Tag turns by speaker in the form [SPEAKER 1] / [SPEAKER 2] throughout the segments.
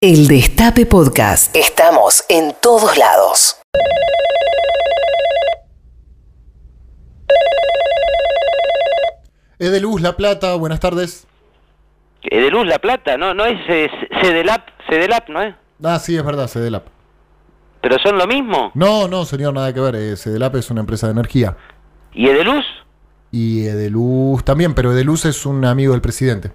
[SPEAKER 1] El Destape Podcast. Estamos en todos lados.
[SPEAKER 2] Edeluz La Plata, buenas tardes.
[SPEAKER 3] Edeluz La Plata, no, no es eh, C- CDLAP, CDLAP, ¿no es?
[SPEAKER 2] Ah, sí, es verdad, CDLAP.
[SPEAKER 3] Pero son lo mismo.
[SPEAKER 2] No, no, señor, nada que ver. eh, CDLAP es una empresa de energía.
[SPEAKER 3] ¿Y Edeluz?
[SPEAKER 2] Y Edeluz también, pero Edeluz es un amigo del presidente.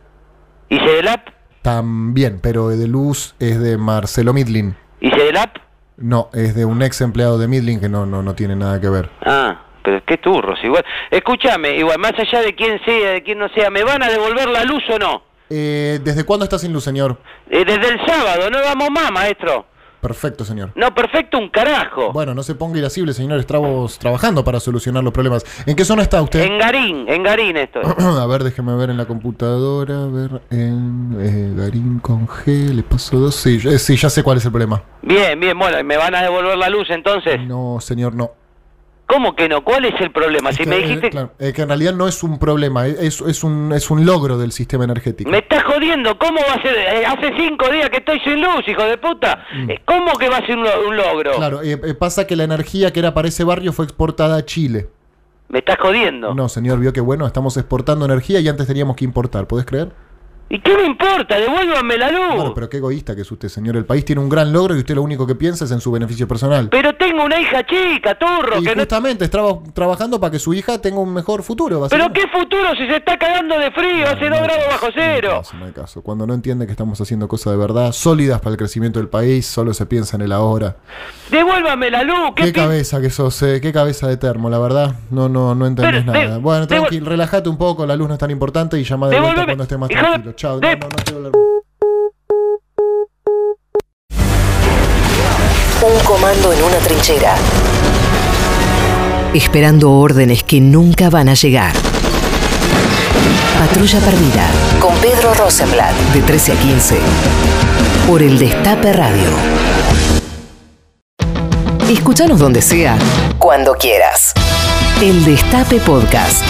[SPEAKER 3] ¿Y CDLAP?
[SPEAKER 2] También, pero Edeluz es de Marcelo Midlin.
[SPEAKER 3] ¿Y CDLAP?
[SPEAKER 2] No, es de un ex empleado de Midlin que no, no, no tiene nada que ver.
[SPEAKER 3] Ah, pero qué turros, igual. Escúchame, igual, más allá de quién sea, de quién no sea, ¿me van a devolver la luz o no?
[SPEAKER 2] Eh, ¿Desde cuándo está sin luz, señor?
[SPEAKER 3] Eh, desde el sábado, no vamos más, maestro.
[SPEAKER 2] Perfecto, señor.
[SPEAKER 3] No, perfecto, un carajo.
[SPEAKER 2] Bueno, no se ponga irascible, señor. Estamos trabajando para solucionar los problemas. ¿En qué zona está usted?
[SPEAKER 3] En Garín, en Garín esto.
[SPEAKER 2] A ver, déjeme ver en la computadora. A ver, en eh, Garín con G, le paso dos. Sí, ya- sí, ya sé cuál es el problema.
[SPEAKER 3] Bien, bien, bueno, ¿y ¿me van a devolver la luz entonces?
[SPEAKER 2] No, señor, no.
[SPEAKER 3] ¿Cómo que no? ¿Cuál es el problema?
[SPEAKER 2] Es
[SPEAKER 3] Si
[SPEAKER 2] que,
[SPEAKER 3] me
[SPEAKER 2] eh,
[SPEAKER 3] dijiste...
[SPEAKER 2] claro, eh, que en realidad no es un problema, eh, es, es, un, es un logro del sistema energético.
[SPEAKER 3] Me estás jodiendo, ¿cómo va a ser? Eh, hace cinco días que estoy sin luz, hijo de puta. Eh, ¿Cómo que va a ser un, lo- un logro?
[SPEAKER 2] Mm. Claro, eh, eh, pasa que la energía que era para ese barrio fue exportada a Chile.
[SPEAKER 3] Me estás jodiendo.
[SPEAKER 2] No, señor, vio que bueno, estamos exportando energía y antes teníamos que importar, ¿podés creer?
[SPEAKER 3] ¿Y qué me importa? Devuélvanme la luz.
[SPEAKER 2] Claro, pero qué egoísta que es usted, señor. El país tiene un gran logro y usted lo único que piensa es en su beneficio personal.
[SPEAKER 3] Pero tengo una hija chica, turro,
[SPEAKER 2] Y
[SPEAKER 3] que no...
[SPEAKER 2] justamente está trabajando para que su hija tenga un mejor futuro.
[SPEAKER 3] Pero
[SPEAKER 2] básicamente.
[SPEAKER 3] qué futuro si se está cagando de frío, hace dos
[SPEAKER 2] hay
[SPEAKER 3] grados
[SPEAKER 2] caso,
[SPEAKER 3] bajo
[SPEAKER 2] no hay
[SPEAKER 3] cero.
[SPEAKER 2] caso, no hay caso. Cuando no entiende que estamos haciendo cosas de verdad, sólidas para el crecimiento del país, solo se piensa en el ahora.
[SPEAKER 3] Devuélvame la luz,
[SPEAKER 2] Qué,
[SPEAKER 3] ¿qué, pi-
[SPEAKER 2] cabeza que sos, eh, qué cabeza de termo, la verdad. No, no, no entendés
[SPEAKER 3] Pero,
[SPEAKER 2] nada.
[SPEAKER 3] de-
[SPEAKER 2] bueno,
[SPEAKER 3] de-
[SPEAKER 2] tranqui, relájate un poco, la luz no es tan importante y llama de vuelta
[SPEAKER 3] Devolveme-
[SPEAKER 2] cuando esté más
[SPEAKER 3] hijo de-
[SPEAKER 2] tranquilo. Chao, no,
[SPEAKER 3] de-
[SPEAKER 2] no, no quiero hablar más.
[SPEAKER 1] Un comando en una trinchera. Esperando órdenes que nunca van a llegar. Patrulla perdida. Con Pedro Rosenblatt. De 13 a 15. Por el Destape Radio. Escúchanos donde sea. Cuando quieras. El Destape Podcast.